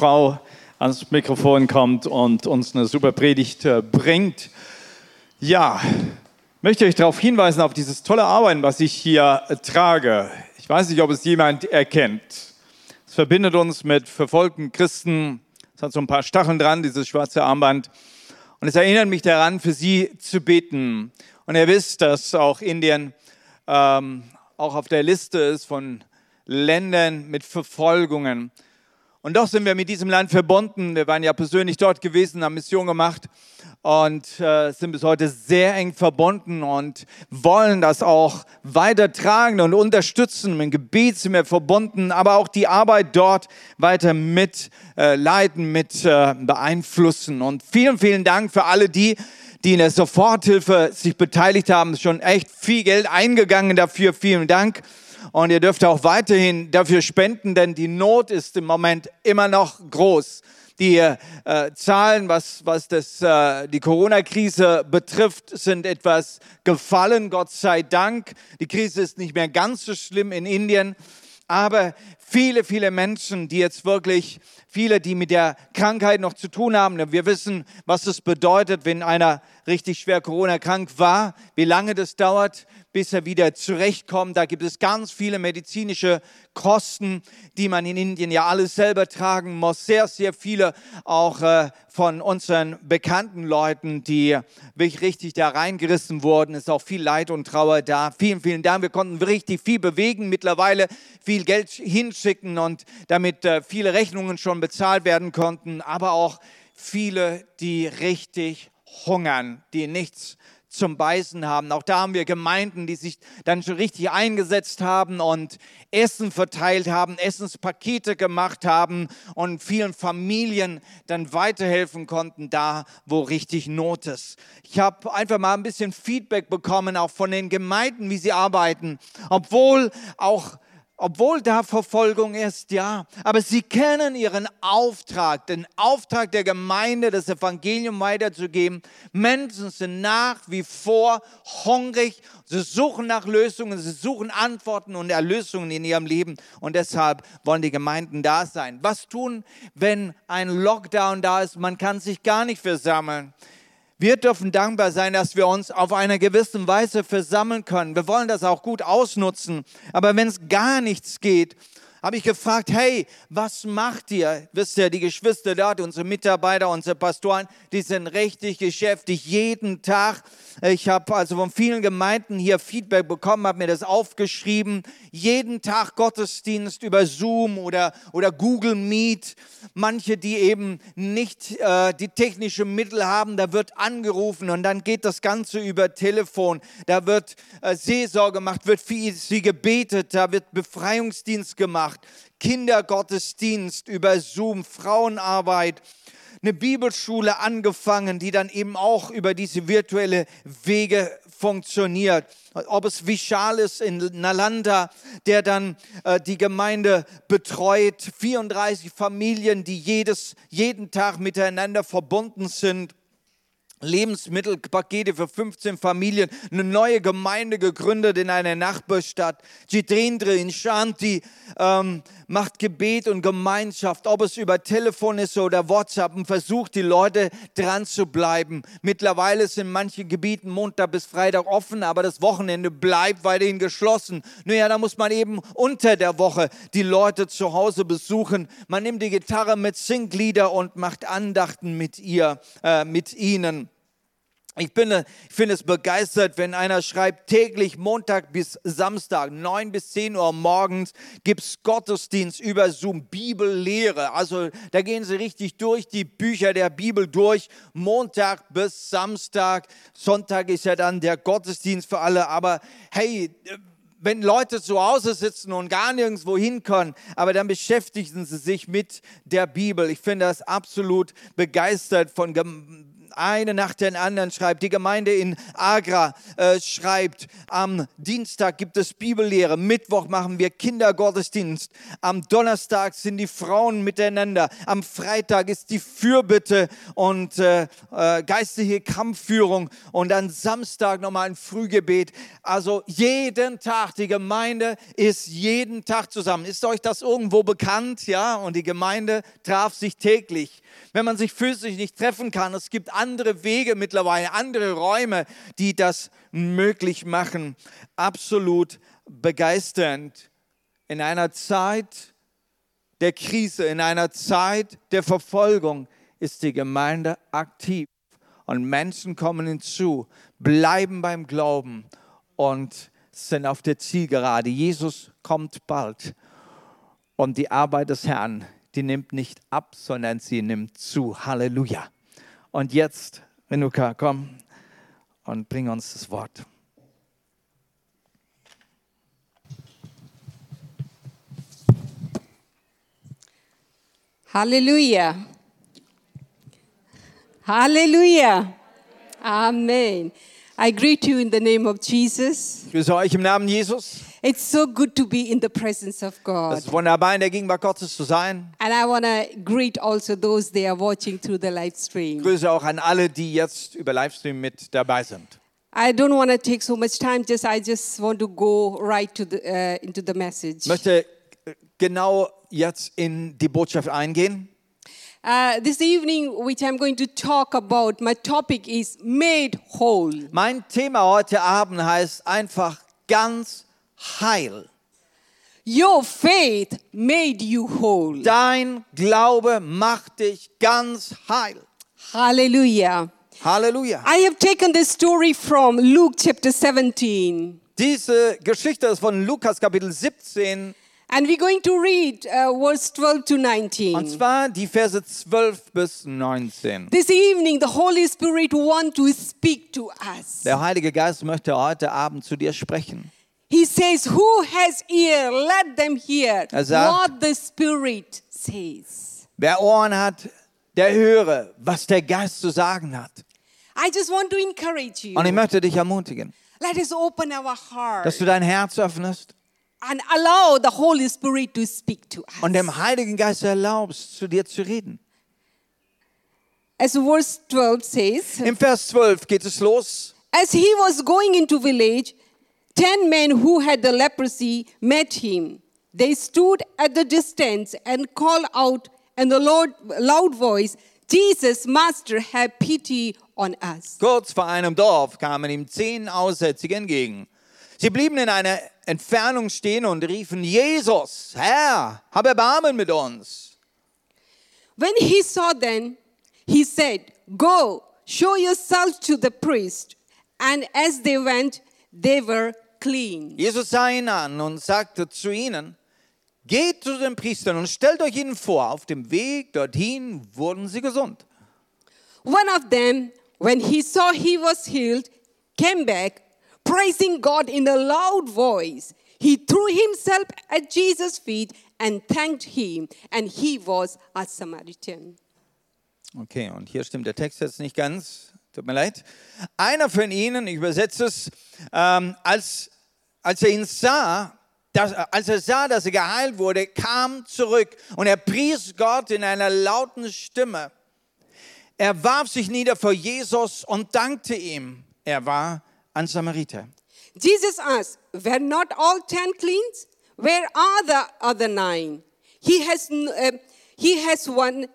Frau ans Mikrofon kommt und uns eine super Predigt äh, bringt. Ja, möchte euch darauf hinweisen, auf dieses tolle Arbeiten, was ich hier äh, trage. Ich weiß nicht, ob es jemand erkennt. Es verbindet uns mit verfolgten Christen. Es hat so ein paar Stacheln dran, dieses schwarze Armband. Und es erinnert mich daran, für sie zu beten. Und ihr wisst, dass auch Indien ähm, auch auf der Liste ist von Ländern mit Verfolgungen. Und doch sind wir mit diesem Land verbunden. Wir waren ja persönlich dort gewesen, haben Mission gemacht und äh, sind bis heute sehr eng verbunden und wollen das auch weitertragen und unterstützen. Im Gebet sind wir verbunden, aber auch die Arbeit dort weiter mit äh, leiten, mit äh, beeinflussen. Und vielen, vielen Dank für alle die, die in der Soforthilfe sich beteiligt haben. Es ist schon echt viel Geld eingegangen dafür. Vielen Dank. Und ihr dürft auch weiterhin dafür spenden, denn die Not ist im Moment immer noch groß. Die äh, Zahlen, was, was das, äh, die Corona-Krise betrifft, sind etwas gefallen, Gott sei Dank. Die Krise ist nicht mehr ganz so schlimm in Indien. Aber viele, viele Menschen, die jetzt wirklich, viele, die mit der Krankheit noch zu tun haben, ne, wir wissen, was es bedeutet, wenn einer richtig schwer Corona-krank war, wie lange das dauert, bis er wieder zurechtkommt. Da gibt es ganz viele medizinische Kosten, die man in Indien ja alles selber tragen muss. Sehr, sehr viele auch äh, von unseren bekannten Leuten, die wirklich richtig da reingerissen wurden. Ist auch viel Leid und Trauer da. Vielen, vielen Dank. Wir konnten richtig viel bewegen. Mittlerweile viel Geld hinschicken und damit äh, viele Rechnungen schon bezahlt werden konnten, aber auch viele, die richtig hungern, die nichts zum Beißen haben. Auch da haben wir Gemeinden, die sich dann schon richtig eingesetzt haben und Essen verteilt haben, Essenspakete gemacht haben und vielen Familien dann weiterhelfen konnten, da wo richtig Not ist. Ich habe einfach mal ein bisschen Feedback bekommen, auch von den Gemeinden, wie sie arbeiten, obwohl auch obwohl da Verfolgung ist, ja, aber sie kennen ihren Auftrag, den Auftrag der Gemeinde, das Evangelium weiterzugeben. Menschen sind nach wie vor hungrig, sie suchen nach Lösungen, sie suchen Antworten und Erlösungen in ihrem Leben und deshalb wollen die Gemeinden da sein. Was tun, wenn ein Lockdown da ist? Man kann sich gar nicht versammeln. Wir dürfen dankbar sein, dass wir uns auf einer gewissen Weise versammeln können. Wir wollen das auch gut ausnutzen. Aber wenn es gar nichts geht, habe ich gefragt, hey, was macht ihr? Wisst ihr, die Geschwister dort, unsere Mitarbeiter, unsere Pastoren, die sind richtig geschäftig, jeden Tag. Ich habe also von vielen Gemeinden hier Feedback bekommen, habe mir das aufgeschrieben. Jeden Tag Gottesdienst über Zoom oder, oder Google Meet. Manche, die eben nicht äh, die technischen Mittel haben, da wird angerufen und dann geht das Ganze über Telefon. Da wird äh, Seelsorge gemacht, wird für sie gebetet, da wird Befreiungsdienst gemacht. Kindergottesdienst über Zoom, Frauenarbeit, eine Bibelschule angefangen, die dann eben auch über diese virtuelle Wege funktioniert. Ob es Vishal ist in Nalanda, der dann äh, die Gemeinde betreut, 34 Familien, die jedes, jeden Tag miteinander verbunden sind. Lebensmittelpakete für 15 Familien, eine neue Gemeinde gegründet in einer Nachbarstadt. Jitendra in Shanti ähm, macht Gebet und Gemeinschaft, ob es über Telefon ist oder WhatsApp und versucht, die Leute dran zu bleiben. Mittlerweile sind manche Gebieten Montag bis Freitag offen, aber das Wochenende bleibt weiterhin geschlossen. Naja, da muss man eben unter der Woche die Leute zu Hause besuchen. Man nimmt die Gitarre mit, singt Lieder und macht Andachten mit ihr, äh, mit ihnen. Ich bin, ich finde es begeistert, wenn einer schreibt, täglich Montag bis Samstag, 9 bis 10 Uhr morgens gibt es Gottesdienst über Zoom, Bibellehre. Also da gehen sie richtig durch, die Bücher der Bibel durch, Montag bis Samstag. Sonntag ist ja dann der Gottesdienst für alle. Aber hey, wenn Leute zu Hause sitzen und gar nirgendwo hin können, aber dann beschäftigen sie sich mit der Bibel. Ich finde das absolut begeistert von Gem eine nach den anderen schreibt. Die Gemeinde in Agra äh, schreibt, am Dienstag gibt es Bibellehre, Mittwoch machen wir Kindergottesdienst, am Donnerstag sind die Frauen miteinander, am Freitag ist die Fürbitte und äh, äh, geistliche Kampfführung und dann Samstag nochmal ein Frühgebet. Also jeden Tag, die Gemeinde ist jeden Tag zusammen. Ist euch das irgendwo bekannt? Ja, und die Gemeinde traf sich täglich. Wenn man sich physisch nicht treffen kann, es gibt andere Wege mittlerweile, andere Räume, die das möglich machen. Absolut begeisternd. In einer Zeit der Krise, in einer Zeit der Verfolgung ist die Gemeinde aktiv und Menschen kommen hinzu, bleiben beim Glauben und sind auf der Zielgerade. Jesus kommt bald und die Arbeit des Herrn, die nimmt nicht ab, sondern sie nimmt zu. Halleluja. Und jetzt, Renuka, komm und bring uns das Wort. Halleluja. Halleluja. Amen. I greet you in the name of Jesus. Ich grüße euch im Namen Jesus. It's so good to be in the presence of God. Es ist wunderbar, in der Gegenwart Gottes zu sein. And I want to greet also those they are watching through the live Ich stream. grüße auch an alle, die jetzt über Livestream mit dabei sind. I don't want to take so much time just I just want to go right to the uh, into the message. Ich möchte äh, genau jetzt in die Botschaft eingehen. Uh, this evening which I'm going to talk about my topic is made whole. Mein Thema heute Abend heißt einfach ganz heil. Your faith made you whole. Dein Glaube macht dich ganz heil. Hallelujah. Halleluja. I have taken this story from Luke chapter 17. Diese Geschichte ist von Lukas Kapitel 17 And we're going to read uh, verse 12 to und 19. zwar die Verse 12 bis 19. This evening, the Holy Spirit wants to speak to us. Der Heilige Geist möchte heute Abend zu dir sprechen. He says, Who has ear, let them hear Er sagt- what the Spirit says. Wer Ohren hat, der höre, was der Geist zu sagen hat. I just want to encourage you. Und ich möchte dich ermutigen, Let us open our dass heart du dein Herz öffnest and allow the Holy Spirit to speak to us. und dem Heiligen Geist erlaubst, zu dir zu reden. As verse 12 says, Im Vers 12 geht es los. As he was going into village, ten men who had the leprosy met him. They stood at the distance and called out in the Lord, loud voice, Jesus, Master, have pity on us. Kurz vor einem Dorf kamen ihm zehn Aussätzige entgegen. Sie blieben in einer Entfernung stehen und riefen, Jesus, Herr, hab Erbarmen mit uns. When he saw them, he said, Go, show yourself to the priest. And as they went, they were clean. Jesus sah ihn an und sagte zu ihnen, geht zu den Priestern und stellt euch ihnen vor, auf dem Weg dorthin wurden sie gesund. One of them, when he saw he was healed, came back, praising God in a loud voice. He threw himself at Jesus' feet and thanked him, and he was a Samaritan. Okay, und hier stimmt der Text jetzt nicht ganz. Tut mir leid. Einer von ihnen, ich übersetze es, ähm, als, als er ihn sah, dass, äh, als er sah, dass er geheilt wurde, kam zurück und er pries Gott in einer lauten Stimme. Er warf sich nieder vor Jesus und dankte ihm. Er war ein Samariter. Jesus asked, Were not all ten cleansed? Where are the other nine? He has, n- uh, he has one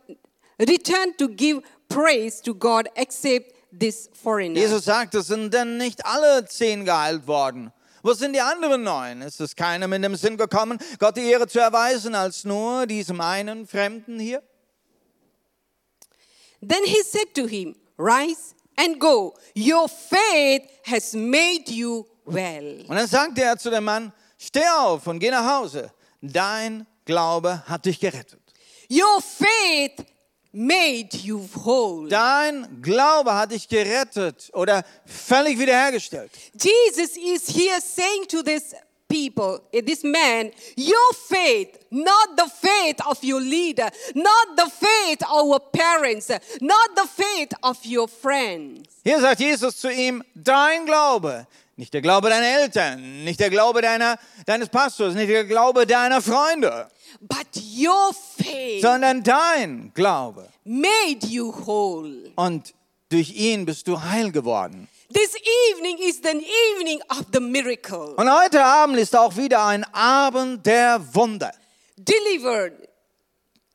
returned to give praise to God except this foreigner. Jesus sagte, sind denn nicht alle zehn geheilt worden? Wo sind die anderen neun? Ist es keinem in dem Sinn gekommen, Gott die Ehre zu erweisen, als nur diesem einen Fremden hier? Then he said to him, Rise and go. Your faith has made you well. Und dann sagte er zu dem Mann, steh auf und geh nach Hause. Dein Glaube hat dich gerettet. Your faith made you whole. Dein Glaube hat dich gerettet oder völlig wiederhergestellt. Jesus is here saying to this people, eh, this man, your faith, not the faith of your leader, not the faith of our parents, not the faith of your friends. Hier sagt Jesus zu ihm, dein Glaube, nicht der Glaube deiner Eltern, nicht der Glaube deiner, deines Pastors, nicht der Glaube deiner Freunde, But your faith sondern dein Glaube. made you whole. Und durch ihn bist du heil geworden. This evening is the evening of the miracle. Und heute Abend ist auch wieder ein Abend der Wunder Delivered,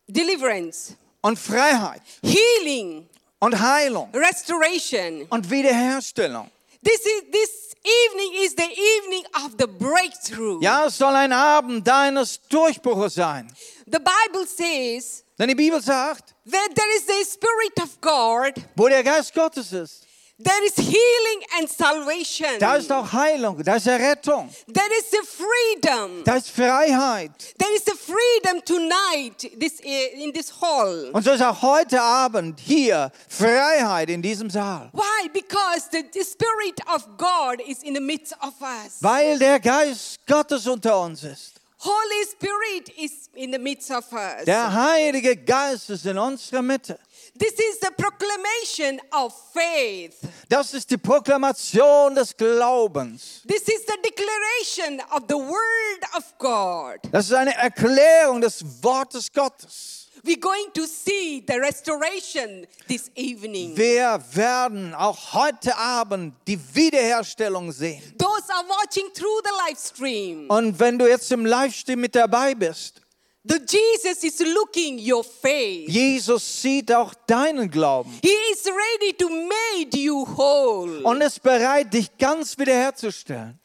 deliverance, und Freiheit healing, und Heilung restoration. und Wiederherstellung. This is this evening is the evening of the breakthrough. Ja, es soll ein Abend deines Durchbruches sein. The Bible says Denn die Bibel sagt, that there is the spirit of God, wo der Geist Gottes ist, there is healing and salvation. da ist auch Heilung, da ist Errettung, there is a freedom. da ist Freiheit. There is a freedom tonight this eh, in this hall. Und so ist auch heute Abend hier Freiheit in diesem Saal, Why? Because the, the spirit of God is in the midst of us. weil der Geist Gottes unter uns ist. Holy Spirit is in the midst of us. Der Heilige Geist ist in unserer Mitte. This is the proclamation of faith. Das ist die Proklamation des Glaubens. This is the declaration of the Word of God. Das ist eine Erklärung des Wortes Gottes. We're going to see the restoration this evening. Wir werden auch heute Abend die Wiederherstellung sehen. Those are watching through the live stream. Und wenn du jetzt im Livestream mit dabei bist, The Jesus is looking your faith. Jesus sieht auch deinen Glauben He is ready to make you whole. und ist bereit, dich ganz wiederherzustellen.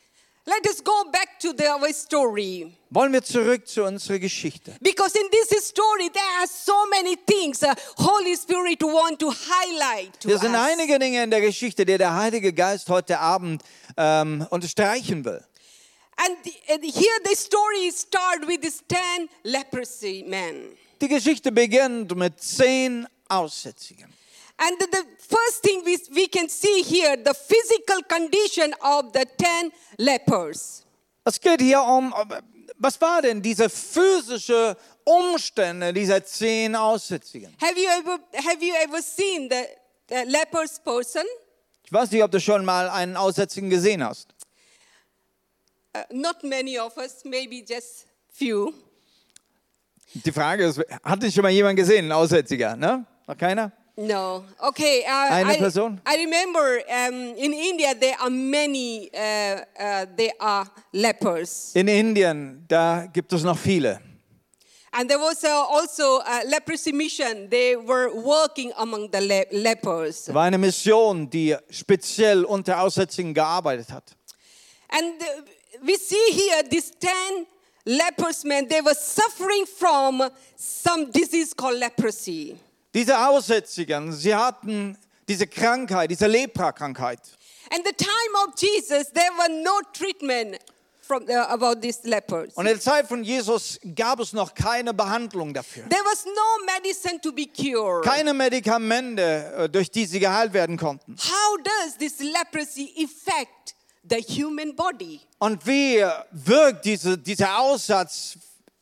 Let us go back to the, our story. Wollen wir zurück zu unserer Geschichte. Because in this story, there are so many things the Holy Spirit want to highlight to Wir sind us. einige Dinge in der Geschichte, die der Heilige Geist heute Abend ähm, unterstreichen will. And, the- and here the story starts with these 10 leprosy men. Die Geschichte beginnt mit zehn Aussätzigen. And the, the first thing we, we can see here, the physical condition of the 10 lepers. Es geht hier um, was war denn diese physische Umstände dieser zehn Aussätzigen? Have you ever, have you ever seen the, the leper's person? Ich weiß nicht, ob du schon mal einen Aussätzigen gesehen hast. Uh, not many of us, maybe just few. Die Frage ist, hat dich schon mal jemand gesehen, einen Aussätziger? Ne? Noch keiner? No. Okay. Uh, Eine I, Person? I remember um, in India there are many, uh, uh, there are lepers. In Indien, da gibt es noch viele. And there was uh, also a leprosy mission. They were working among the le- lepers. Es war eine Mission, die speziell unter Aussätzigen gearbeitet hat. And uh, we see here these 10 lepers men, they were suffering from some disease called leprosy. Diese Aussätzigen, sie hatten diese Krankheit, diese Lepra-Krankheit. And the time of Jesus, there were no treatment from uh, about these lepers. Und in der Zeit von Jesus gab es noch keine Behandlung dafür. There was no medicine to be cured. Keine Medikamente, äh, durch die sie geheilt werden konnten. How does this leprosy affect the human body? Und wie äh, wirkt diese, dieser Aussatz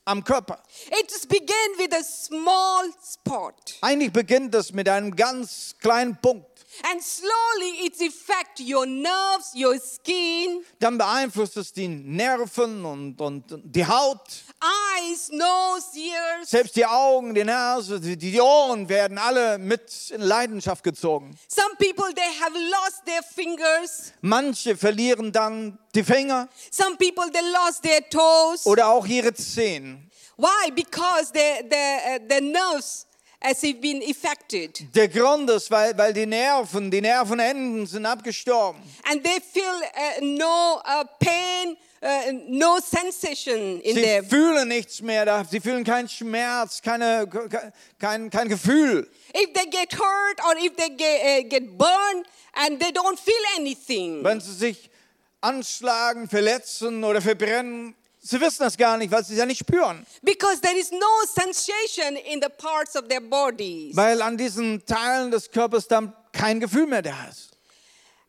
am Körper? It began with a small spot. Eigentlich beginnt es mit einem ganz kleinen Punkt. And slowly it affects your nerves, your skin, Dann beeinflusst es die Nerven und, und und die Haut, eyes, nose, ears. selbst die Augen, die Nase, die, die Ohren werden alle mit in Leidenschaft gezogen. Some people they have lost their fingers. Manche verlieren dann die Finger Some people they lost their toes. oder auch ihre Zehen. Why? Because their their uh, their nerves has been affected, Der Grund ist, weil, weil die Nerven, die Nervenenden sind abgestorben. and they feel uh, no uh, pain, uh, no sensation in Sie their. fühlen nichts mehr, da- sie fühlen keinen Schmerz, keine, kein, kein Gefühl. If they get hurt or if they get uh, get burned, and they don't feel anything. Wenn sie sich anschlagen, verletzen oder verbrennen, sie wissen das gar nicht, weil sie es ja nicht spüren. Because there is no sensation in the parts of their bodies. Weil an diesen Teilen des Körpers dann kein Gefühl mehr da ist.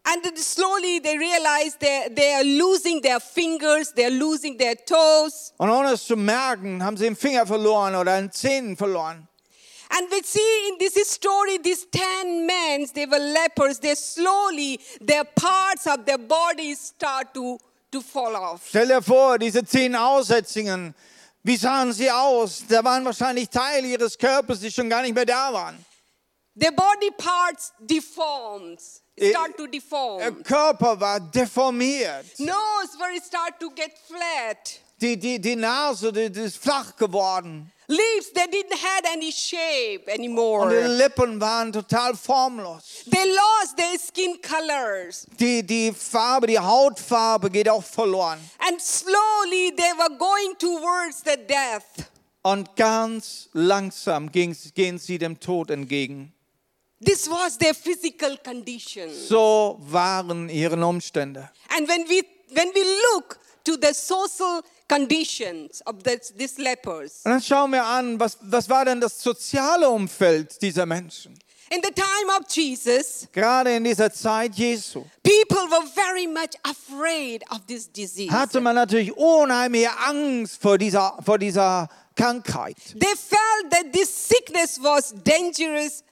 And then slowly they realize they they are losing their fingers, they're losing their toes. Und ohne es zu merken, haben sie einen Finger verloren oder einen Zehen verloren. And we see in this story, these 10 men, they were lepers, they slowly, their parts of their bodies start to, to fall off. Stell dir vor, diese zehn Aussätzigen, wie sahen sie aus? Da waren wahrscheinlich Teile ihres Körpers, die schon gar nicht mehr da waren. Their body parts deforms, Eh, start to Ihr deform. Körper war deformiert. Nose very start to get flat. Die, die, die Nase die, die ist flach geworden. Lips, they didn't had any shape Und die anymore. Lippen waren total formlos. They lost their skin colors. Die, die Farbe, die Hautfarbe geht auch verloren. And slowly they were going towards the death. Und ganz langsam ging, gehen sie dem Tod entgegen. This was their physical condition. So waren ihre Umstände. And when we when we look to the social conditions of this, these lepers, Und dann schauen wir an, was, was war denn das soziale Umfeld dieser Menschen? in the time of Jesus, Gerade in dieser Zeit Jesu people were very much afraid of this disease. hatte man natürlich unheimliche Angst vor dieser, vor dieser Krankheit. They felt that this sickness was dangerous,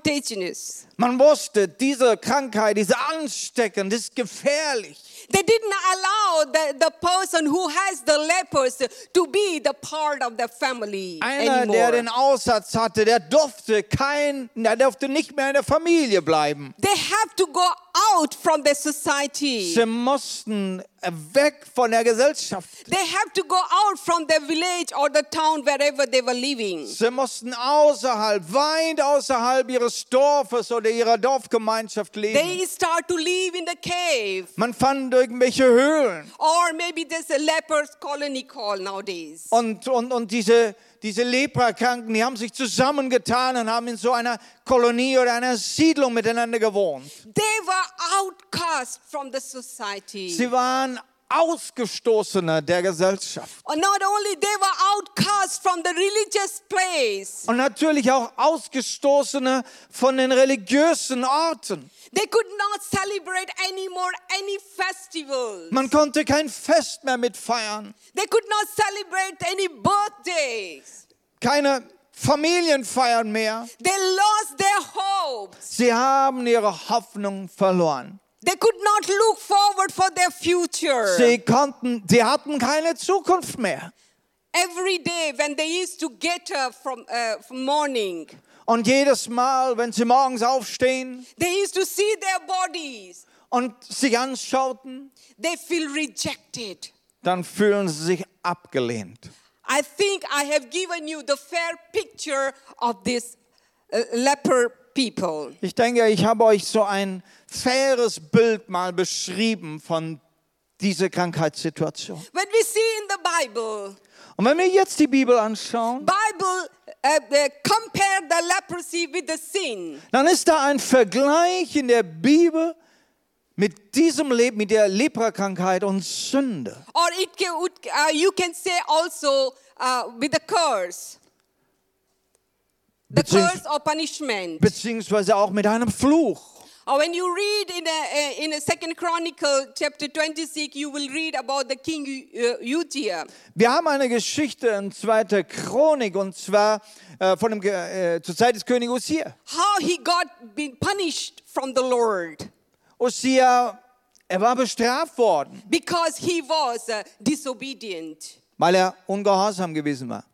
contagious. Man wusste, diese Krankheit, diese Ansteckend, ist gefährlich. They didn't allow the, the person who has the lepers to be the part of the family Einer, anymore. der den Aussatz hatte, der durfte kein, der durfte nicht mehr in der Familie bleiben. They have to go out from the society. Sie mussten weg von der Gesellschaft. They have to go out from the village or the town wherever they were living. Sie mussten außerhalb, weit außerhalb ihres Dorfes oder ihrer Dorfgemeinschaft leben. They start to live in the cave Man fand irgendwelche Höhlen or maybe there's a leper's colony called nowadays. und, und, und diese, diese Leprakranken, die haben sich zusammengetan und haben in so einer Kolonie oder einer Siedlung miteinander gewohnt. They were outcast from the society. Sie waren Ausgestoßene der Gesellschaft Or Not only they were outcast from the religious place, und natürlich auch Ausgestoßene von den religiösen Orten. they could not celebrate anymore any festival. Man konnte kein Fest mehr mitfeiern. They could not celebrate any birthdays. keine Familienfeiern mehr. They lost their hopes. Sie haben ihre Hoffnung verloren. They could not look forward for their future. Sie konnten, sie hatten keine Zukunft mehr. Every day when they used to get up from, uh, from morning, Und jedes Mal, wenn sie morgens aufstehen they used to see their bodies. und sich anschauten, They feel rejected. dann fühlen sie sich abgelehnt. I think I have given you the fair picture of this uh, leper people. Ich denke, ich habe euch so ein faires Bild mal beschrieben von dieser Krankheitssituation. When we see in the Bible, Und wenn wir jetzt die Bibel anschauen, Bible uh, uh, compare the leprosy with the sin. dann ist da ein Vergleich in der Bibel mit diesem Leben, mit der Leprakrankheit und Sünde. Or it can, would- uh, you can say also uh, with the curse. The Beziehungs- curse or punishment. Beziehungsweise auch mit einem Fluch. Or when you read in a, in a Second Chronicle chapter 26, you will read about the king uh, Uzziah. Wir haben eine Geschichte in zweiter Chronik und zwar äh, von dem, Ge- äh, zur Zeit des Königs Usia. How he got been punished from the Lord Usia, er war bestraft worden, because he was uh, disobedient. weil er ungehorsam gewesen war.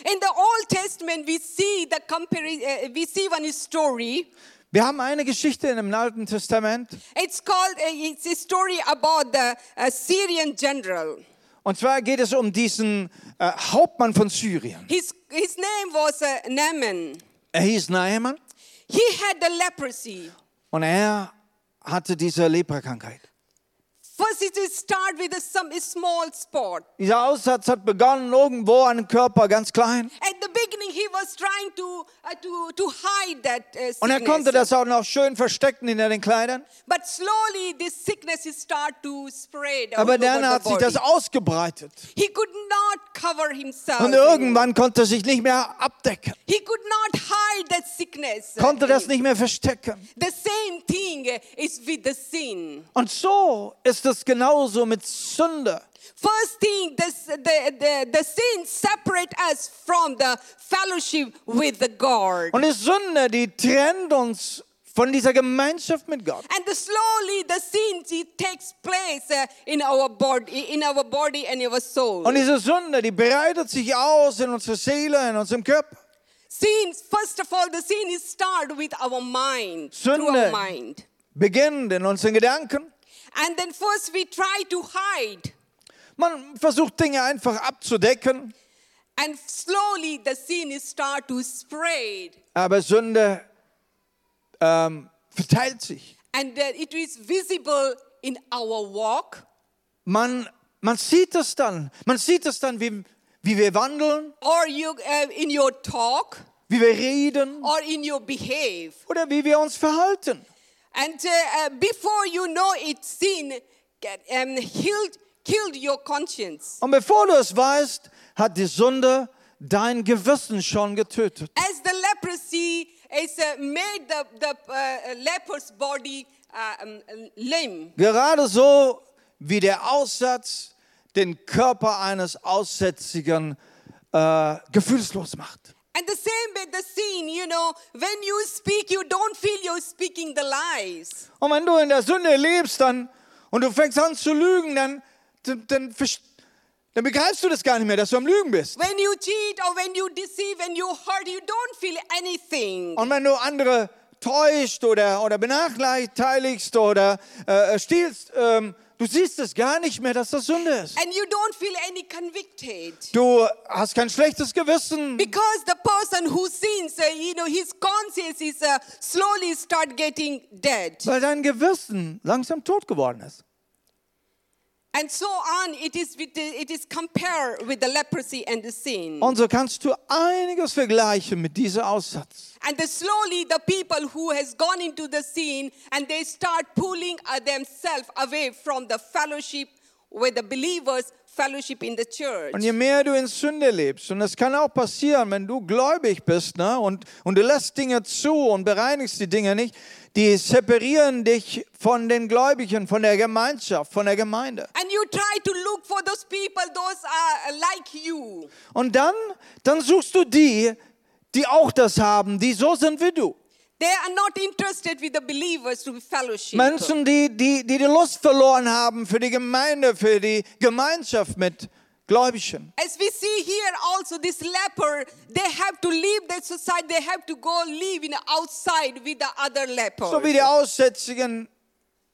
In the Old Testament, we see the compar- uh, we see one story. Wir haben eine Geschichte im Alten Testament It's called uh, it's a story about the uh, Syrian general. und zwar geht es um diesen äh, Hauptmann von Syrien. His his name was uh, Naaman. Er hieß Naaman He had the leprosy. Und er hatte diese Leprakrankheit. First, it is start with a, some small spot. Dieser Aussatz hat begonnen irgendwo an dem Körper, ganz klein. At the beginning, he was trying to uh, to to hide that uh, Und er konnte sickness. das auch noch schön verstecken hinter den Kleidern. But slowly, this sickness is start to spread all Aber over dann the hat sich das body. ausgebreitet. He could not cover himself. Und irgendwann konnte er sich nicht mehr abdecken. He could not hide that sickness. konnte das nicht mehr verstecken. The same thing is with the sin. Und so ist es genauso mit Sünde. First thing, the, the, the, the sin separate us from the fellowship with the God. Und die Sünde, die trennt uns von dieser Gemeinschaft mit Gott. And the slowly the sin it takes place uh, in our body, in our body and our soul. Und diese Sünde, die breitet sich aus in unserer Seele, in unserem Körper. Sin, first of all, the sin is start with our mind, through Sünde. our mind. Beginnt in unseren Gedanken. And then first we try to hide. Man versucht Dinge einfach abzudecken, And slowly the sin is start to spread. aber Sünde ähm, verteilt sich. And uh, it is visible in our walk, Man, man sieht es dann. Man sieht es dann, wie, wie wir wandeln, or you, uh, in your talk, wie wir reden or in your behave. oder wie wir uns verhalten. And uh, uh, before you know it, sin get, um, killed, killed your conscience. Und bevor du es weißt, hat die Sünde dein Gewissen schon getötet. As the leprosy is uh, made the, the uh, leper's body uh, um, limb. Gerade so wie der Aussatz den Körper eines Aussätzigen äh, gefühlslos macht. And the same with the sin, you know, when you speak, you don't feel you're speaking the lies. Und wenn du in der Sünde lebst dann und du fängst an zu lügen, dann, dann, dann, verst- dann begreifst du das gar nicht mehr, dass du am Lügen bist. When you cheat or when you deceive, when you hurt, you don't feel anything. Und wenn du andere täuscht oder, oder benachteiligst oder äh, stiehlst, ähm, du siehst es gar nicht mehr, dass das Sünde ist. And you don't feel any convicted. Du hast kein schlechtes Gewissen. Because the person who sins, uh, you know, his conscience is uh, slowly start getting dead. Weil dein Gewissen langsam tot geworden ist. And so on, it is, with the, it is compared with the leprosy and the sin. Und so kannst du einiges vergleichen mit diesem Aussatz. And then slowly the people who has gone into the sin and they start pulling uh, themselves away from the fellowship with the believers, fellowship in the church. Und je mehr du in Sünde lebst, und das kann auch passieren, wenn du gläubig bist ne, und, und du lässt Dinge zu und bereinigst die Dinge nicht, die separieren dich von den Gläubigen, von der Gemeinschaft, von der Gemeinde. And you try to look for those people, those are like you. Und dann, dann suchst du die, die auch das haben, die so sind wie du. They are not interested with the believers to be fellowship. Menschen, die die, die, die Lust verloren haben für die Gemeinde, für die Gemeinschaft mit Gläubigen. As we see here also this leper, they have to leave their society, they have to go live in outside with the other lepers. So wie die Aussätzigen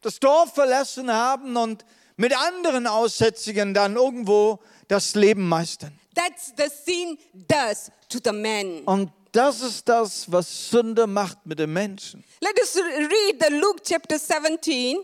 das Dorf verlassen haben und mit anderen Aussätzigen dann irgendwo das Leben meistern. That's the sin does to the man. Und das ist das, was Sünde macht mit den Menschen. Let us read the Luke chapter 17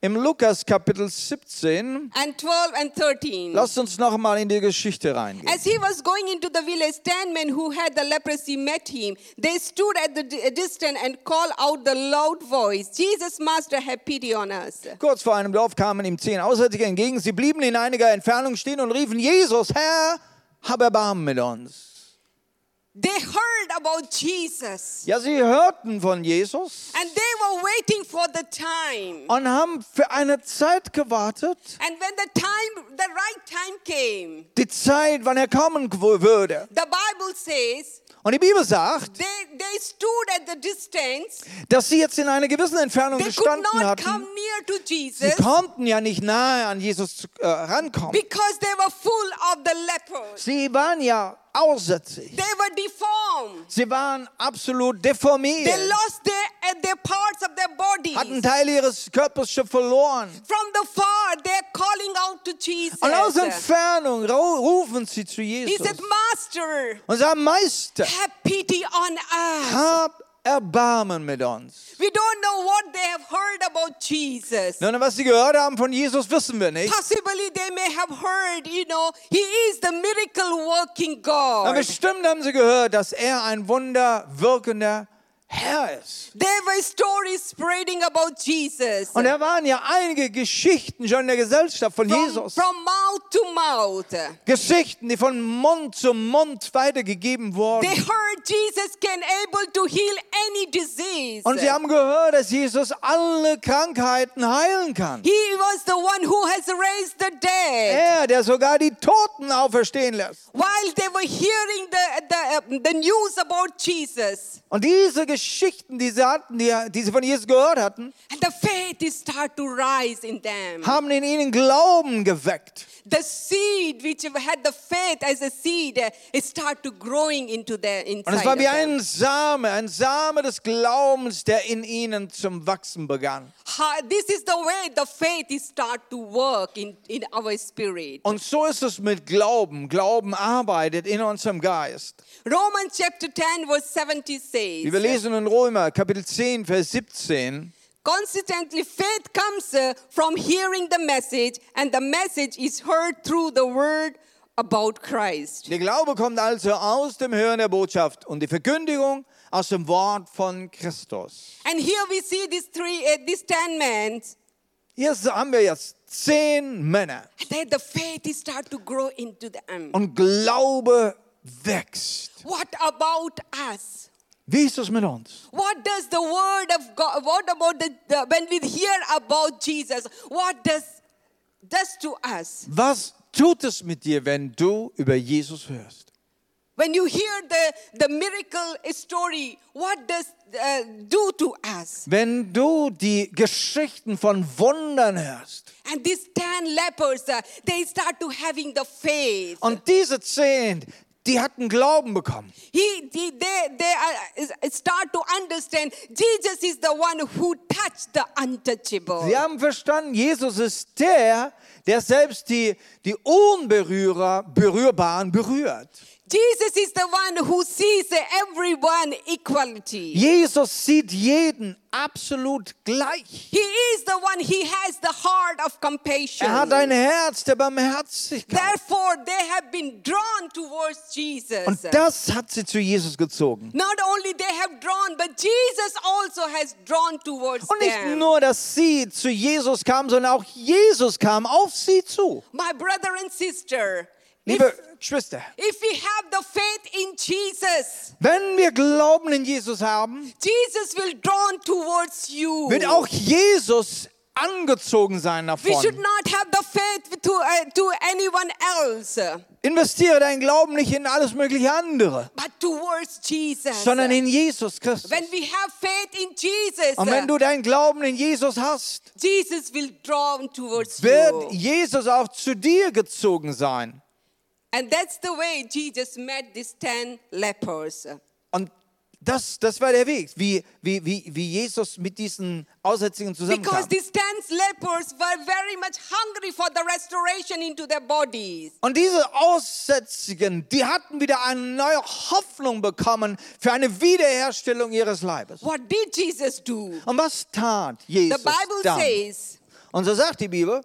Im Lukas Kapitel 17, and 12 and 13. lasst uns nochmal in die Geschichte reingehen. As he was going into the village, ten men who had the leprosy met him. They stood at the di- distance and called out the loud voice, Jesus, Master, have pity on us. Kurz vor einem Dorf kamen ihm zehn Aussätzige entgegen. Sie blieben in einiger Entfernung stehen und riefen, Jesus, Herr, hab Erbarmen mit uns. They heard about Jesus Ja, sie hörten von Jesus and they were waiting for the time. und haben für eine Zeit gewartet, And when the time, the right time came, die Zeit, wann er kommen wo- würde. the Bible says Und die Bibel sagt, they, they stood at the distance. dass sie jetzt in einer gewissen Entfernung They could gestanden not hatten. come near to Sie Jesus konnten ja nicht nahe an Jesus zu- äh, rankommen. because they were full of the lepers. Sie waren ja aussätzig. They were deformed. Sie waren absolut They deformiert, lost their, uh, their parts of their bodies. hatten Teile ihres Körpers schon verloren. From the far, they're calling out to Jesus. Und aus Entfernung ru- rufen sie zu He Jesus said, Master, und sagen, Meister, have pity on us. hab Erbarmen mit uns. We don't know what they have heard about Jesus. Nun, was sie gehört haben von Jesus, wissen wir nicht. Possibly they may have heard, you know, He is the miracle working Aber God. bestimmt haben sie gehört, dass er ein wunderwirkender Herr ist. There were stories spreading about Jesus Und da waren ja einige Geschichten schon in der Gesellschaft von from, Jesus. from mouth to mouth. Geschichten, die von Mund zu Mund weitergegeben wurden. They heard Jesus can able to heal any disease. Und sie haben gehört, dass Jesus alle Krankheiten heilen kann. He was the one who has raised the dead. Er, der sogar die Toten auferstehen lässt. While they were hearing the, the, uh, the news about Jesus, Und diese Geschichten, die sie hatten, die, die sie von Jesus gehört hatten, and the faith is start to rise in them. haben in ihnen Glauben geweckt. The seed which had the faith as a seed, uh, it start to growing into their Und inside. es war of wie them. ein Same, ein Same des Glaubens, der in ihnen zum Wachsen begann. How- this is the way the faith is start to work in, in our spirit. Und so ist es mit Glauben. Glauben arbeitet in unserem Geist. Romans chapter 10 verse 70 says, Wir lesen in Römer Kapitel 10, Vers 17. Consequently, faith comes uh, from hearing the message, and the message is heard through the word about Christ. Der Glaube kommt also aus dem Hören der Botschaft und die Verkündigung aus dem Wort von Christus. And here we see these three, uh, these ten men. Hier haben wir jetzt zehn Männer That the faith is start to grow into them. und Glaube wächst. What about us? Wie ist es mit uns? What does the word of God? What about the, the when we hear about Jesus? What does does to us Was tut es mit dir, wenn du über Jesus hörst? when you hear the the miracle story? What does uh, do to us? Wenn du die Geschichten von Wundern hörst And these 10 lepers, uh, they start to having the faith. und diese zehn, die hatten Glauben bekommen. He, he- they, they are, is- start to understand Jesus is the one who touched the untouchable. Sie haben verstanden, Jesus ist der, der selbst die, die Unberührer, Berührbaren berührt. Jesus is the one who sees everyone equality. Jesus sieht jeden absolut gleich. He is the one, he has the heart of compassion. Er hat ein Herz der Barmherzigkeit. Therefore, they have been drawn towards Jesus. Und das hat sie zu Jesus gezogen. Not only they have drawn, but Jesus also has drawn towards Und nicht them. nur, dass sie zu Jesus kam, sondern auch Jesus kam auf sie zu. My brother and sister, Liebe if, Schwester, if we have the faith in Jesus, wenn wir Glauben in Jesus haben, Jesus will drawn towards you. wird auch Jesus angezogen sein we should davon. not have the faith to, uh, to anyone else, Investiere deinen Glauben nicht in alles mögliche andere, but towards Jesus. sondern in Jesus Christus. when we have faith in Jesus, Und wenn du deinen Glauben in Jesus hast, Jesus will draw towards wird you. Jesus auch zu dir gezogen sein. And that's the way Jesus met these 10 lepers. Und das, das war der Weg, wie, wie, wie, wie Jesus mit diesen Aussätzigen zusammenkam. Because these 10 lepers were very much hungry for the restoration into their bodies. Und diese Aussätzigen, die hatten wieder eine neue Hoffnung bekommen für eine Wiederherstellung ihres Leibes. What did Jesus do? Und was tat The Jesus Bible dann? says, Und so sagt die Bibel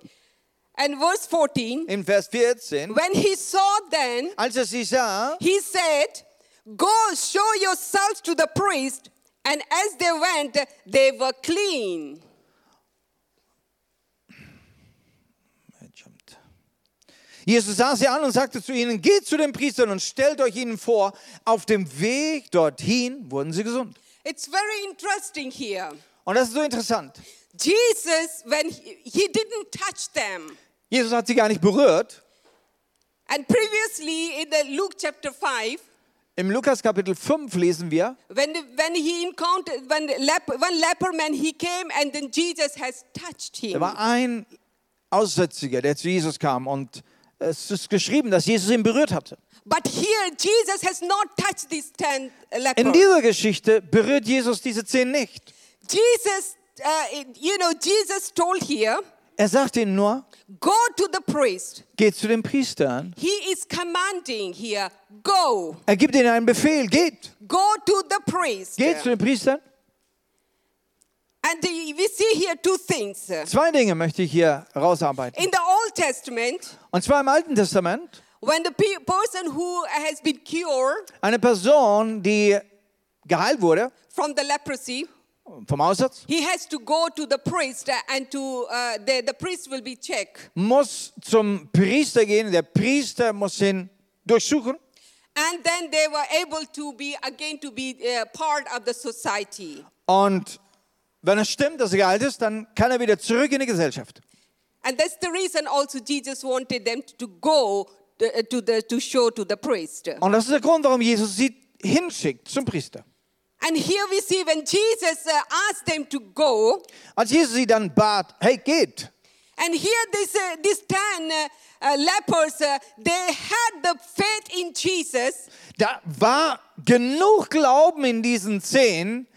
and verse 14, in Vers 14, when he saw then, als er sie sah, he said, Go show yourselves to the priest. And as they went, they were clean. Er jumpt. Jesus sah sie an und sagte zu ihnen, geht zu den Priestern und stellt euch ihnen vor, auf dem Weg dorthin wurden sie gesund. It's very interesting here. Und das ist so interessant. Jesus, when he, he didn't touch them, Jesus hat sie gar nicht berührt. and previously in the Luke chapter 5, Im Lukas Kapitel 5 lesen wir, when, when he encountered, when the lep, one leper man, he came and then Jesus has touched da him. war ein Aussätziger, der zu Jesus kam und es ist geschrieben, dass Jesus ihn berührt hatte. But here, Jesus has not touched these 10 lepers. In dieser Geschichte berührt Jesus diese zehn nicht. Jesus, uh, you know, Jesus told here, Er sagt ihnen nur, go to the priest. geht zu den Priestern. He is commanding here, go, Er gibt ihnen einen Befehl, geht, go to the priest. geht zu den Priestern. And we see here two things. In Zwei Dinge möchte ich hier rausarbeiten. the Old Testament, Und zwar im Alten Testament. when the pe- person who has been cured, Eine Person, die geheilt wurde from the leprosy, vom Aussatz, he has to go to the priest and to uh, the, the priest will be checked. muss zum Priester gehen. Der Priester muss ihn durchsuchen. And then they were able to be again to be uh, part of the society. Und wenn es stimmt, dass er geheilt ist, dann kann er wieder zurück in die Gesellschaft. And that's the reason also Jesus wanted them to go uh, to, the, to show to the priest. Und das ist der Grund, warum Jesus sie hinschickt zum Priester. And here we see when Jesus uh, asked them to go, Als Jesus sie dann bat, hey, geht, and here this, uh, these 10 uh, uh, lepers, uh, they had the faith in Jesus da war genug Glauben in diesen Zehn,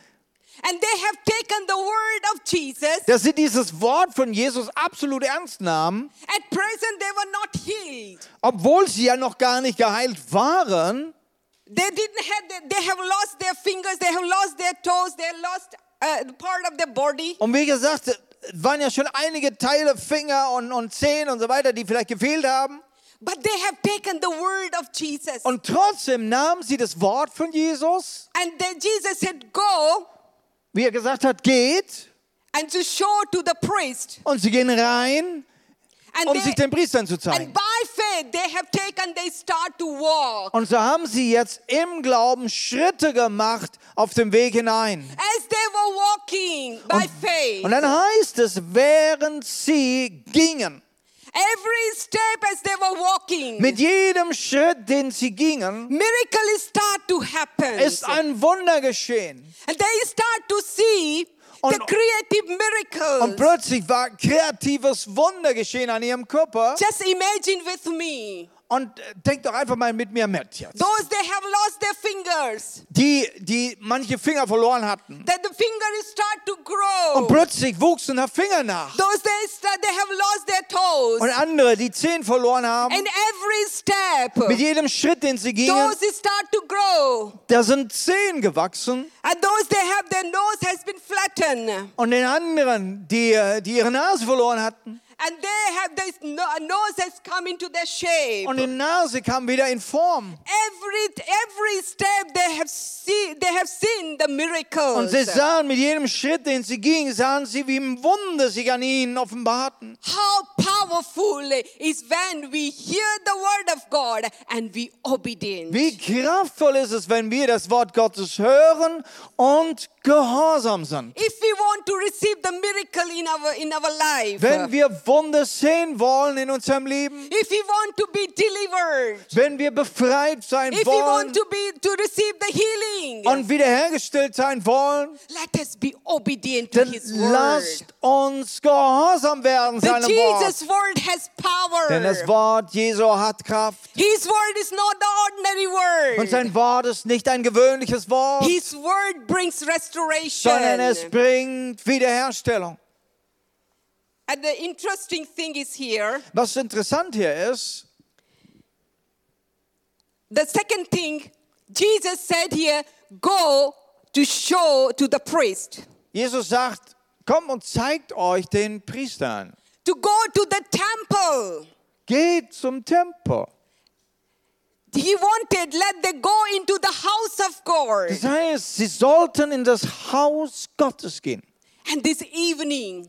and they have taken the word of Jesus. dass sie dieses Wort von Jesus absolut ernst nahmen, At present, they were not healed. obwohl sie ja noch gar nicht geheilt waren. They didn't have, the, they have lost their fingers, they have lost their toes, they lost uh, part of their body. Und wie gesagt, es waren ja schon einige Teile, Finger und, und Zehen und so weiter, die vielleicht gefehlt haben. But they have taken the word of Jesus. Und trotzdem nahmen sie das Wort von Jesus, And then Jesus said, Go wie er gesagt hat, geht. and to show to the priest. Und sie gehen rein, And, um they- sich den Priestern zu and zeigen. by faith, they have taken, they start to walk. Und so haben sie jetzt im Glauben Schritte gemacht auf dem Weg hinein. As they were walking by faith, Und dann heißt es, während sie gingen, every step as they were walking, mit jedem Schritt, den sie gingen, miracles start to happen. ist ein Wunder geschehen. and they start to see Und- the creative Und miracles. plötzlich war kreatives Wunder geschehen an ihrem Körper. Just imagine with me. Und äh, denkt doch einfach mal mit mir mit jetzt. Those they have lost their fingers, Die, die manche Finger verloren hatten. that the fingers start to Und grow. plötzlich wuchsen da Finger nach. Those they start, they have lost their toes. Und andere, die Zehen verloren haben. And every step, Mit jedem Schritt, den sie gingen, those start to grow. da sind Zehen gewachsen. And those they have, their nose has been flattened. Und den anderen, die, äh, die ihre Nase verloren hatten. And they have this no, nose has come into their shape. Und die Nase kam wieder in Form. Every every step they have seen, they have seen the Und miracles. sie sahen mit jedem Schritt, den sie gingen, sahen sie, wie im Wunder sich an ihnen offenbarten. How powerful is when we hear the word of God and we obedient. Wie kraftvoll ist es, wenn wir das Wort Gottes hören und gehorsam sind. if we want to receive the miracle in our in our life, Wenn wir Wunder sehen wollen in unserem Leben, if we want to be delivered, wenn wir befreit sein if we want wollen to be to receive the healing, und wiederhergestellt sein wollen, let us be obedient to dann His word. lasst uns gehorsam werden The seinem Wort. Jesus word has power. Denn das Wort Jesu hat Kraft. His word is not the ordinary Und word. sein Wort ist nicht ein gewöhnliches Wort, His word brings restoration. sondern es bringt Wiederherstellung. And the interesting thing is here, Was interessant hier ist, the second thing, Jesus said here, go to show to the priest, Jesus sagt, komm und zeigt euch den Priestern. to go to the temple. Geht zum Tempel. He wanted, let them go into the house of God. Das heißt, sie sollten in das Haus Gottes gehen. And this evening,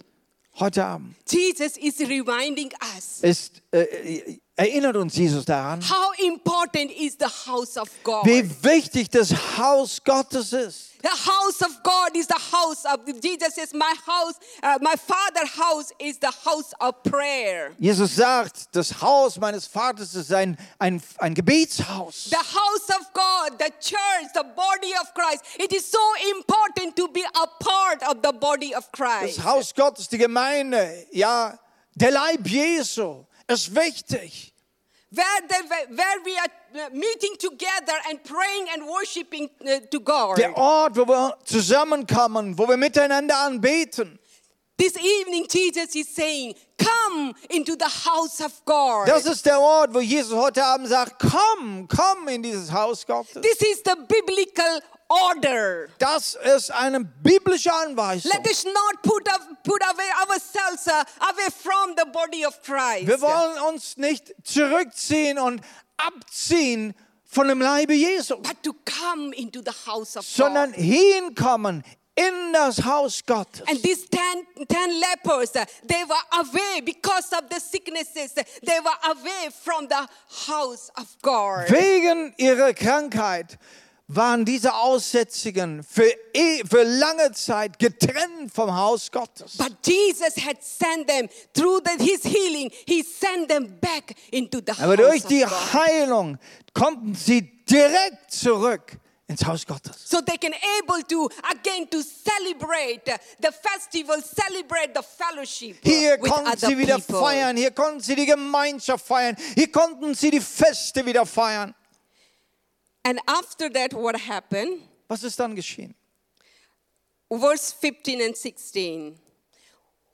Heute Abend Jesus is reminding us ist, äh, erinnert uns Jesus daran, how important is the house of God. wie wichtig das Haus Gottes ist. The house of God is the house of Jesus says, My house, uh, my father's house is the house of prayer. Jesus sagt, das Haus meines Vaters ist ein, ein, ein Gebetshaus. The house of God, the church, the body of Christ. It is so important to be a part of the body of Christ. Das Haus Gottes, die Gemeinde, ja, der Leib Jesu ist wichtig. Where, the, where we are uh, meeting together and praying and worshiping uh, to God. Der Ort, wo wir zusammenkommen, wo wir miteinander anbeten. This evening, Jesus is saying, Come into the house of God. Das ist der Ort, wo Jesus heute Abend sagt, komm, komm in dieses Haus Gottes. This is the biblical order. Das ist eine biblische Anweisung. Let us not put, up, put away ourselves uh, away from the body of Christ. Wir wollen uns nicht zurückziehen und abziehen von dem Leibe Jesu, but to come into the house of God. sondern hinkommen in das Haus Gottes. And these ten, ten lepers, uh, they were away because of the sicknesses. They were away from the house of God. Wegen ihrer Krankheit waren diese Aussätzigen für, eh- für lange Zeit getrennt vom Haus Gottes. But Jesus had sent them through the, his healing, he sent them back into the Aber house durch of die God. Heilung konnten sie direkt zurück ins Haus Gottes. So they can able to again to celebrate uh, the festival, celebrate the fellowship uh, Hier with konnten other sie wieder people. feiern, hier konnten sie die Gemeinschaft feiern, hier konnten sie die Feste wieder feiern. And after that, what happened? Was ist dann geschehen? verse 15 and 16.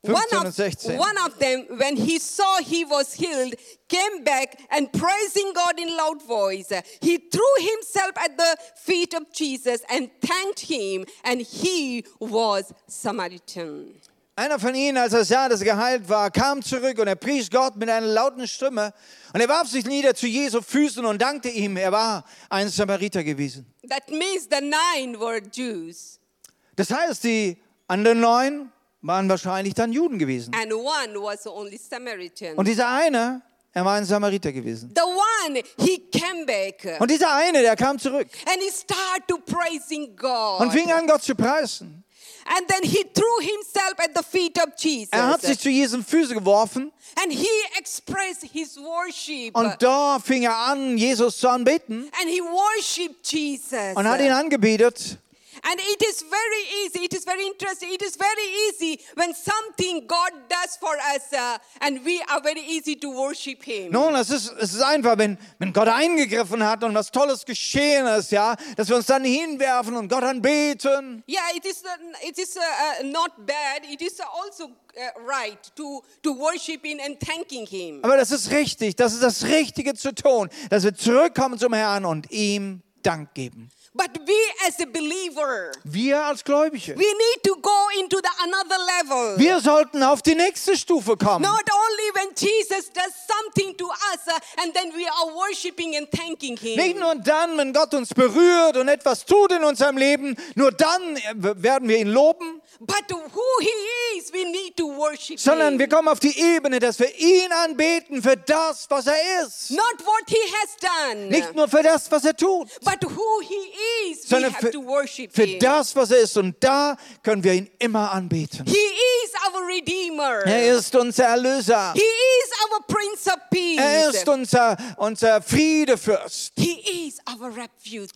15 one, und of, 16. one of them, when he saw he was healed, came back and praising God in loud voice, he threw himself at the feet of Jesus and thanked him, and he was Samaritan. Einer von ihnen, als er sah, dass er geheilt war, kam zurück und er pries Gott mit einer lauten Stimme und er warf sich nieder zu Jesu Füßen und dankte ihm. Er war ein Samariter gewesen. That means the nine were Jews Das heißt, die anderen neun waren wahrscheinlich dann Juden gewesen. and one was only Samaritan. Und dieser eine, er war ein Samariter gewesen. The one, he came back Und dieser eine, der kam zurück and he started to praising God. und fing an, Gott zu preisen. And then he threw himself at the feet of Jesus. Er hat sich zu Jesu Füße geworfen and he expressed his worship. und da fing er an, Jesus zu anbeten and he worshiped Jesus. und hat ihn angebetet. and it is very easy, it is very interesting, it is very easy when something God does for us uh, and we are very easy to worship him. Nun, es ist, es ist einfach, wenn, wenn Gott eingegriffen hat und was Tolles geschehen ist, ja, dass wir uns dann hinwerfen und Gott anbeten. Yeah, it is, uh, it is uh, uh, not bad, it is also uh, right to, to worship him and thanking him. Aber das ist richtig, das ist das Richtige zu tun, dass wir zurückkommen zum Herrn und ihm Dank geben. But we as a believer, Wir als Gläubige, we need to go into the another level. wir sollten auf die nächste Stufe kommen. Not only when Jesus does something to us uh, and then we are worshiping and thanking Him. Nicht nur dann, wenn Gott uns berührt und etwas tut in unserem Leben, nur dann äh, werden wir ihn loben, But who He is, we need to worship sondern Him. wir kommen auf die Ebene, dass wir ihn anbeten für das, was er ist. Not what He has done, Nicht nur für das, was er tut. but who He is, we sondern have für, to worship für Him. das, was er ist. Und da können wir ihn immer anbeten. He is our Redeemer. Er ist unser Erlöser. He is our Prince of Peace. Er ist unser, unser Friedefürst. he is our refuge.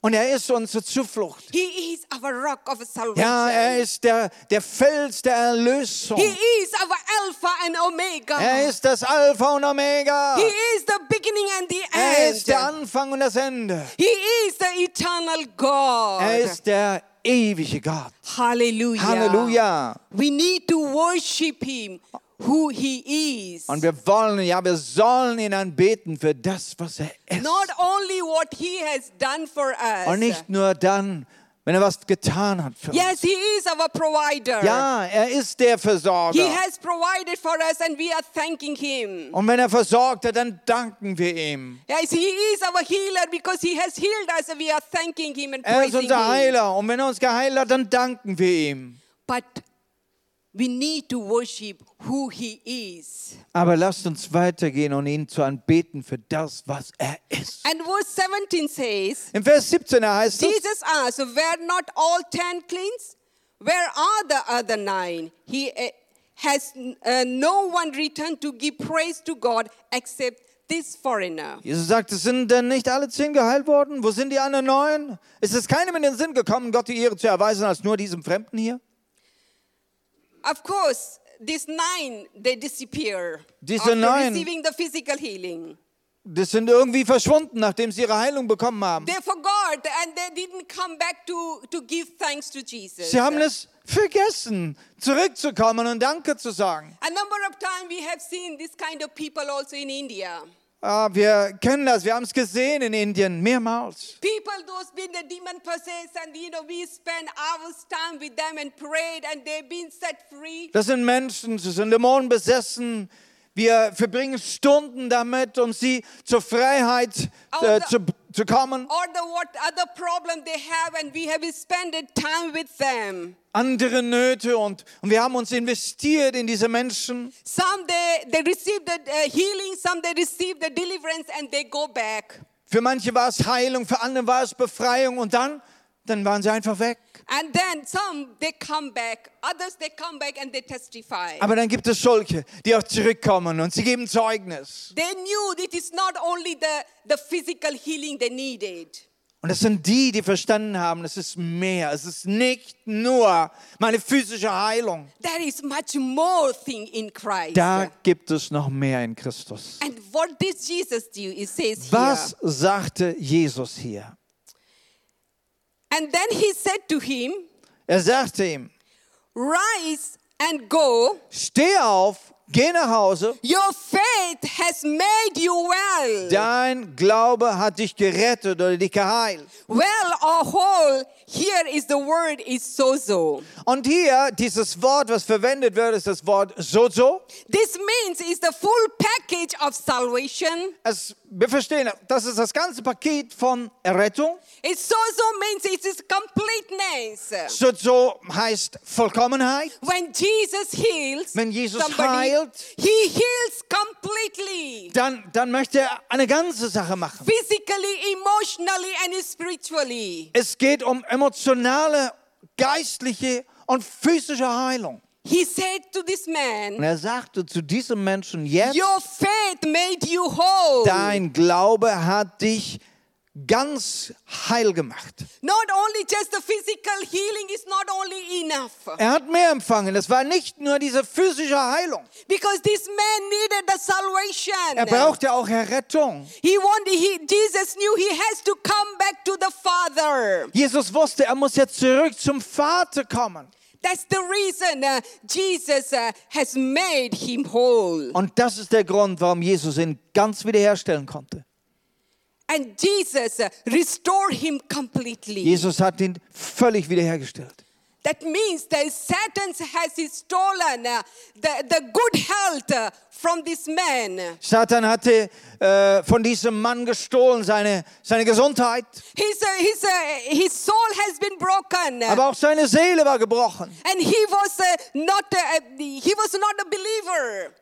Und er ist unsere Zuflucht. He is our rock of salvation. Ja, er ist der, der Fels der Erlösung. he is our Alpha and Omega. Er ist das Alpha und Omega. he is the beginning and the Er end. ist der Anfang und das Ende. He is the eternal God. Er ist der ewige Gott. Hallelujah. Halleluja. We need to worship him who he is. Und wir wollen, ja, wir sollen ihn anbeten für das, was er ist. Not only what he has done for us. Und nicht nur dann, wenn er was getan hat für yes, uns. he is our provider. Ja, er ist der Versorger. He has provided for us and we are thanking him. Und wenn er versorgt hat, dann danken wir ihm. Yes, he is our healer because he has healed us and we are thanking him and Er ist praising unser him. Heiler. Und wenn er uns geheilt hat, dann danken wir ihm. But we need to worship who he is. Aber lasst uns weitergehen und ihn zu anbeten für das, was er ist. And verse 17 says, Im Vers 17 heißt es, Jesus asked, Were not all ten cleansed? Where are the other nine? He eh, has uh, no one returned to give praise to God except this foreigner. Jesus sagt, es sind denn nicht alle zehn geheilt worden? Wo sind die anderen neun? Ist es keinem in den Sinn gekommen, Gott die Ehre zu erweisen, als nur diesem Fremden hier? Of course, these nine, they disappear Diese after nine- receiving the physical healing. Das sind irgendwie verschwunden, nachdem sie ihre Heilung bekommen haben. They forgot and they didn't come back to, to give thanks to Jesus. Sie haben es vergessen, zurückzukommen und Danke zu sagen. A number of times we have seen this kind of people also in India. Ah, wir kennen das, wir haben es gesehen in Indien mehrmals. People those been the demon possessed and you know we spend hours time with them and prayed and they've been set free. Das sind Menschen, sie sind Dämonen besessen. Wir verbringen Stunden damit, um sie zur Freiheit Auch äh, da- zu, zu kommen. or the what other problem they have and we have spent time with them Andere Nöte und, und wir haben uns investiert in diese Menschen. some they, they receive the uh, healing some they receive the deliverance and they go back Für manche war es Heilung, für andere war es Befreiung und dann, dann waren sie einfach weg. and then some they come back others they come back and they testify Aber dann gibt es solche, die auch zurückkommen und sie geben Zeugnis. they knew it is not only the, the physical healing they needed Und das sind die, die verstanden haben, es ist mehr. Es ist nicht nur meine physische Heilung. there is much more thing in christ Da gibt es noch mehr in Christus. and what did jesus do it says here Was sagte Jesus hier? and then he said to him Er sagte ihm, rise and go steh auf, geh nach Hause, Your faith has made you well. dein Glaube hat dich gerettet oder dich geheilt. well or whole, here is the word is sozo. Und hier, dieses Wort, was verwendet wird, ist das Wort sozo. This means it's the full package of salvation. Es, wir verstehen, das ist das ganze Paket von Errettung. It sozo means it is completeness. Sozo heißt Vollkommenheit. When Jesus heals Wenn Jesus somebody, heilt. he heals completely. Dann, dann möchte er eine ganze Sache machen. Physically, emotionally, and spiritually. Es geht um emotionale, geistliche und physische Heilung. He said to this Und man, er sagte zu diesem Menschen, jetzt Your faith made you whole. dein Glaube hat dich ganz heil gemacht. Not only just the physical healing is not only enough. Er hat mehr empfangen. Es war nicht nur diese physische Heilung. Because this man needed the salvation. Er brauchte auch Errettung. he wanted he, Jesus knew he has to come back to the Father. Jesus wusste, er muss jetzt zurück zum Vater kommen. That's the reason uh, Jesus uh, has made him whole. Und das ist der Grund, warum Jesus ihn ganz wiederherstellen konnte. And Jesus uh, restored him completely. Jesus hat ihn völlig wiederhergestellt. That means that Satan has stolen uh, the, the good health uh, from this man. Satan hatte äh, von diesem Mann gestohlen seine, seine Gesundheit, His, uh, his, uh, his soul has been broken. aber auch seine Seele war gebrochen. and he was uh, not a, he was not a believer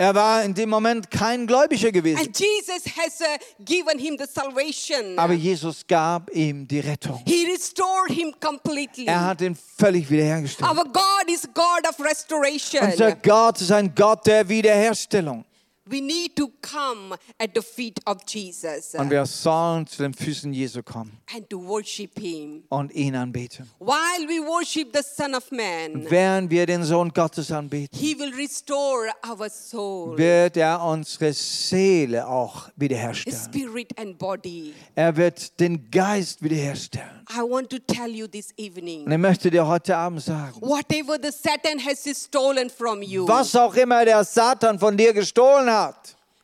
Er war in dem Moment kein Gläubiger gewesen, and jesus has uh, given him the salvation aber Jesus gab ihm die Rettung. he restored him completely Er hat ihn völlig wiederhergestellt. our god is god of restoration Unser Gott ist ein Gott der Wiederherstellung. we need to come at the feet of jesus Und wir sollen zu den Füßen Jesu kommen and to worship him und ihn anbeten. while we worship the son of man Während wir den Sohn Gottes anbeten, he will restore our soul wird er unsere Seele auch wiederherstellen. spirit and body Er wird den Geist wiederherstellen. i want to tell you this evening Und ich möchte dir heute Abend sagen, whatever the satan has stolen from you was auch immer der Satan von dir gestohlen hat,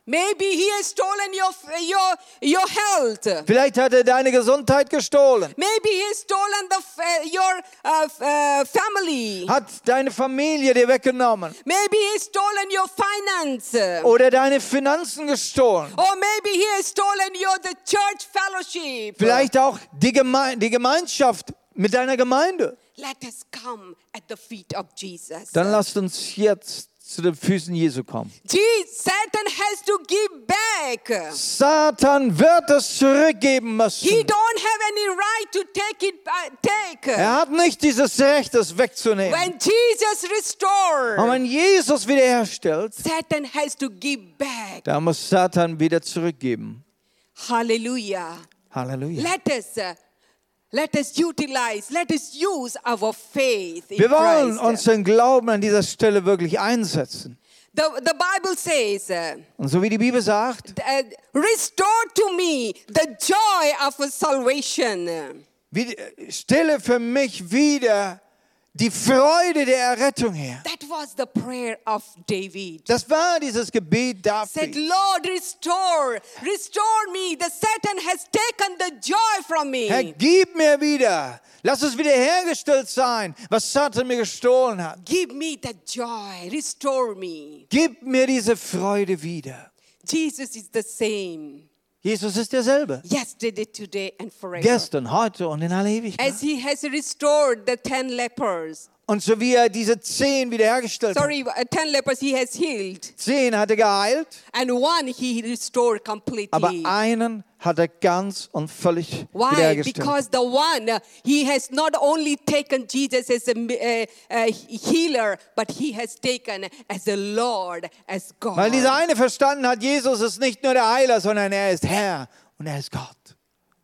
Maybe he has stolen your, your, your health. vielleicht hat er deine Gesundheit gestohlen, Maybe he has stolen the, f- your uh, f- uh, family. hat deine Familie dir weggenommen Maybe he has stolen your finance. oder deine Finanzen gestohlen, Or maybe he has stolen your the church fellowship. vielleicht auch die, Geme die Gemeinschaft mit deiner Gemeinde. Let us come at the feet of Jesus. Dann lasst uns jetzt zu den Füßen Jesu kommen. Je- Satan has to give back. Satan wird es zurückgeben He müssen. don't have any right to take it ba- take. Er hat nicht dieses Recht, es wegzunehmen. When Jesus Und restores, wenn Jesus wiederherstellt, Satan has to give back. da muss Satan wieder zurückgeben. Hallelujah. Halleluja. Let us, uh, let us utilize, let us use our faith in Wir wollen Christ. unseren Glauben an dieser Stelle wirklich einsetzen. The, the Bible says, uh, Und so wie die Bibel sagt, uh, restore to me the joy of salvation. wie, äh, stelle für mich wieder die Freude der Errettung her. That was the prayer of David. Das war dieses Gebet Said, David. Lord, restore, restore me. The Satan has taken the joy from Herr, me. gib mir wieder. Lass es wieder hergestellt sein, was Satan mir gestohlen hat. Give me the joy, restore me. Gib mir diese Freude wieder. Jesus is the same. Jesus ist derselbe. yesterday, today, and forever. Gestern, heute und in aller Ewigkeit. As he has restored the 10 lepers. Und so wie er diese zehn wiederhergestellt hat. Sorry, uh, 10 lepers he has healed. Zehn hat er geheilt, And one he restored aber completely. einen hat er ganz und völlig Why? wiederhergestellt. Because the one, uh, he has not only taken Jesus as a, mi- uh, uh, healer, but he has taken as a Lord, as God. Weil dieser eine verstanden hat, Jesus ist nicht nur der Heiler, sondern er ist Herr und er ist Gott.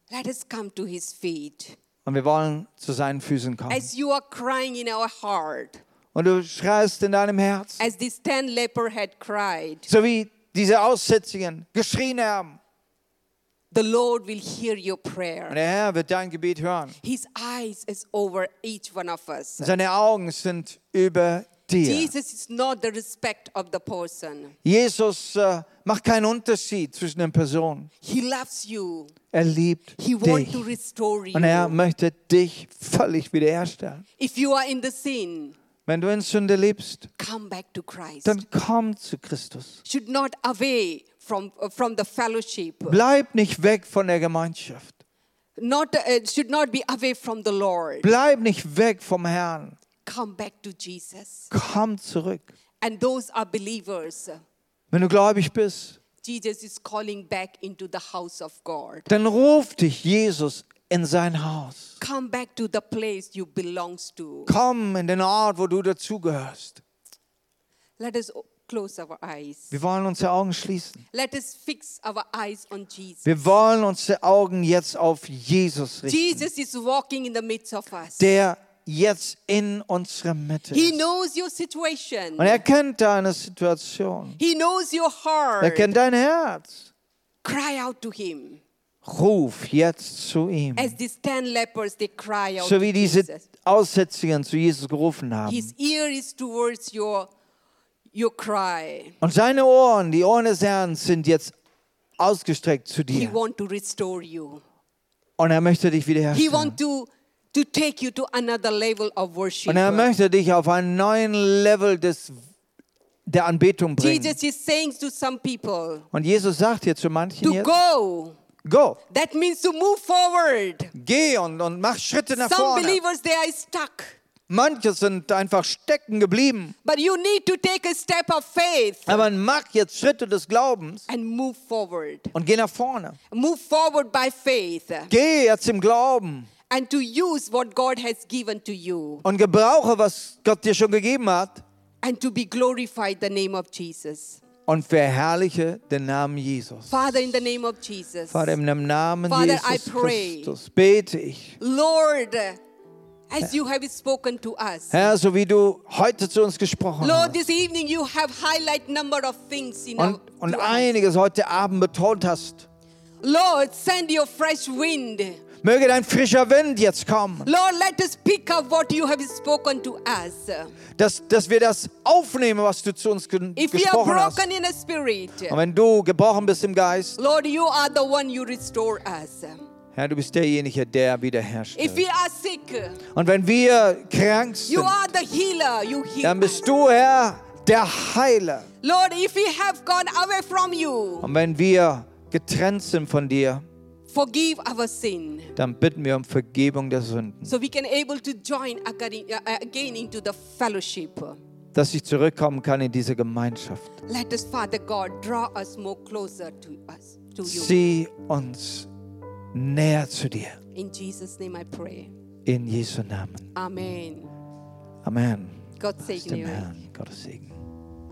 Let us come to his feet. Und wir wollen zu seinen Füßen kommen. As you are crying in our heart, Und du schreist in deinem Herz, as this 10 leper had cried, so wie diese Aussätzigen geschrien haben. the Lord will hear your Und prayer. der Herr wird dein Gebet hören. His eyes is over each one of us. Seine Augen sind über dir. Jesus is not the respect of the person. Jesus äh, macht keinen Unterschied zwischen den Personen. He loves you. Er liebt He wants to dich. restore you. Und er möchte dich völlig wiederherstellen. If you are in the sin, Wenn du in Sünde lebst, come back to Christ. dann komm zu Christus. Should not away from uh, from the fellowship. Bleib nicht weg von der Gemeinschaft. Not uh, should not be away from the Lord. Bleib nicht weg vom Herrn. Come back to Jesus. Komm zurück. And those are believers. Wenn du gläubig bist, Jesus is calling back into the house of God. dann ruf dich Jesus in sein Haus. Come back to the place you belongs to. Komm in den Ort, wo du dazugehörst. Let us o- close our eyes. Wir wollen unsere Augen schließen. Let us fix our eyes on Jesus. Wir wollen unsere Augen jetzt auf Jesus richten, Jesus is walking in the midst of us. der jetzt in unserer Mitte He ist. knows your situation. Und er kennt deine Situation. He knows your Er heart. kennt dein Herz. Cry out to him. Ruf jetzt zu ihm. As these ten lepers, they cry out So to wie diese Jesus. Aussätzigen zu Jesus gerufen haben. His ear is towards your, your cry. Und seine Ohren, die Ohren des Herrn, sind jetzt ausgestreckt zu He dir. want to restore you. Und er möchte dich He wiederherstellen. want to, to take you to another level of worship. Und er möchte dich auf einen neuen Level des, der Anbetung bringen. Jesus is saying to some people Und Jesus sagt hier zu manchen to jetzt, go. go, That means to move forward. geh und, und mach Schritte nach Some vorne. believers, they are stuck. Manche sind einfach stecken geblieben. But you need to take a step of faith Aber mach jetzt Schritte des Glaubens and move forward. und geh nach vorne. Move forward by faith Geh jetzt im Glauben and to use what God has given to you und gebrauche, was Gott dir schon gegeben hat and to be glorified the name of Jesus. und verherrliche den Namen Jesus. Father, in the name of Jesus, Vater, im Namen Father, I Jesus pray. Christus bete ich. Lord, as you have spoken to us, Herr, so wie du heute zu uns gesprochen Lord, hast this evening you have highlight number of things in und, our und to us. einiges heute Abend betont hast, Lord, send your fresh wind. möge dein frischer Wind jetzt kommen, Lord, let us pick up what you have spoken to us. dass, dass wir das aufnehmen, was du zu uns ge If we are gesprochen hast. broken in a spirit, Und wenn du gebrochen bist im Geist, Lord, you are the one you restore us. Herr, du bist derjenige, der If wiederherstellt. we are sick, Und wenn wir krank You sind, are the healer. You heal. dann us. bist du, Herr, der Heiler. Lord, if we have gone away from you, Und wenn wir getrennt sind von dir, forgive our sin dann bitten wir um Vergebung der Sünden, so we can able to join again again into the fellowship. dass ich zurückkommen kann in diese Gemeinschaft. Let us, Father God, draw us more closer to us, to you. Zieh uns näher zu dir. In Jesus' name I pray. In Jesu Namen. Amen. Amen. Gott Aus dem segne euch. Herrn. Gottes Segen.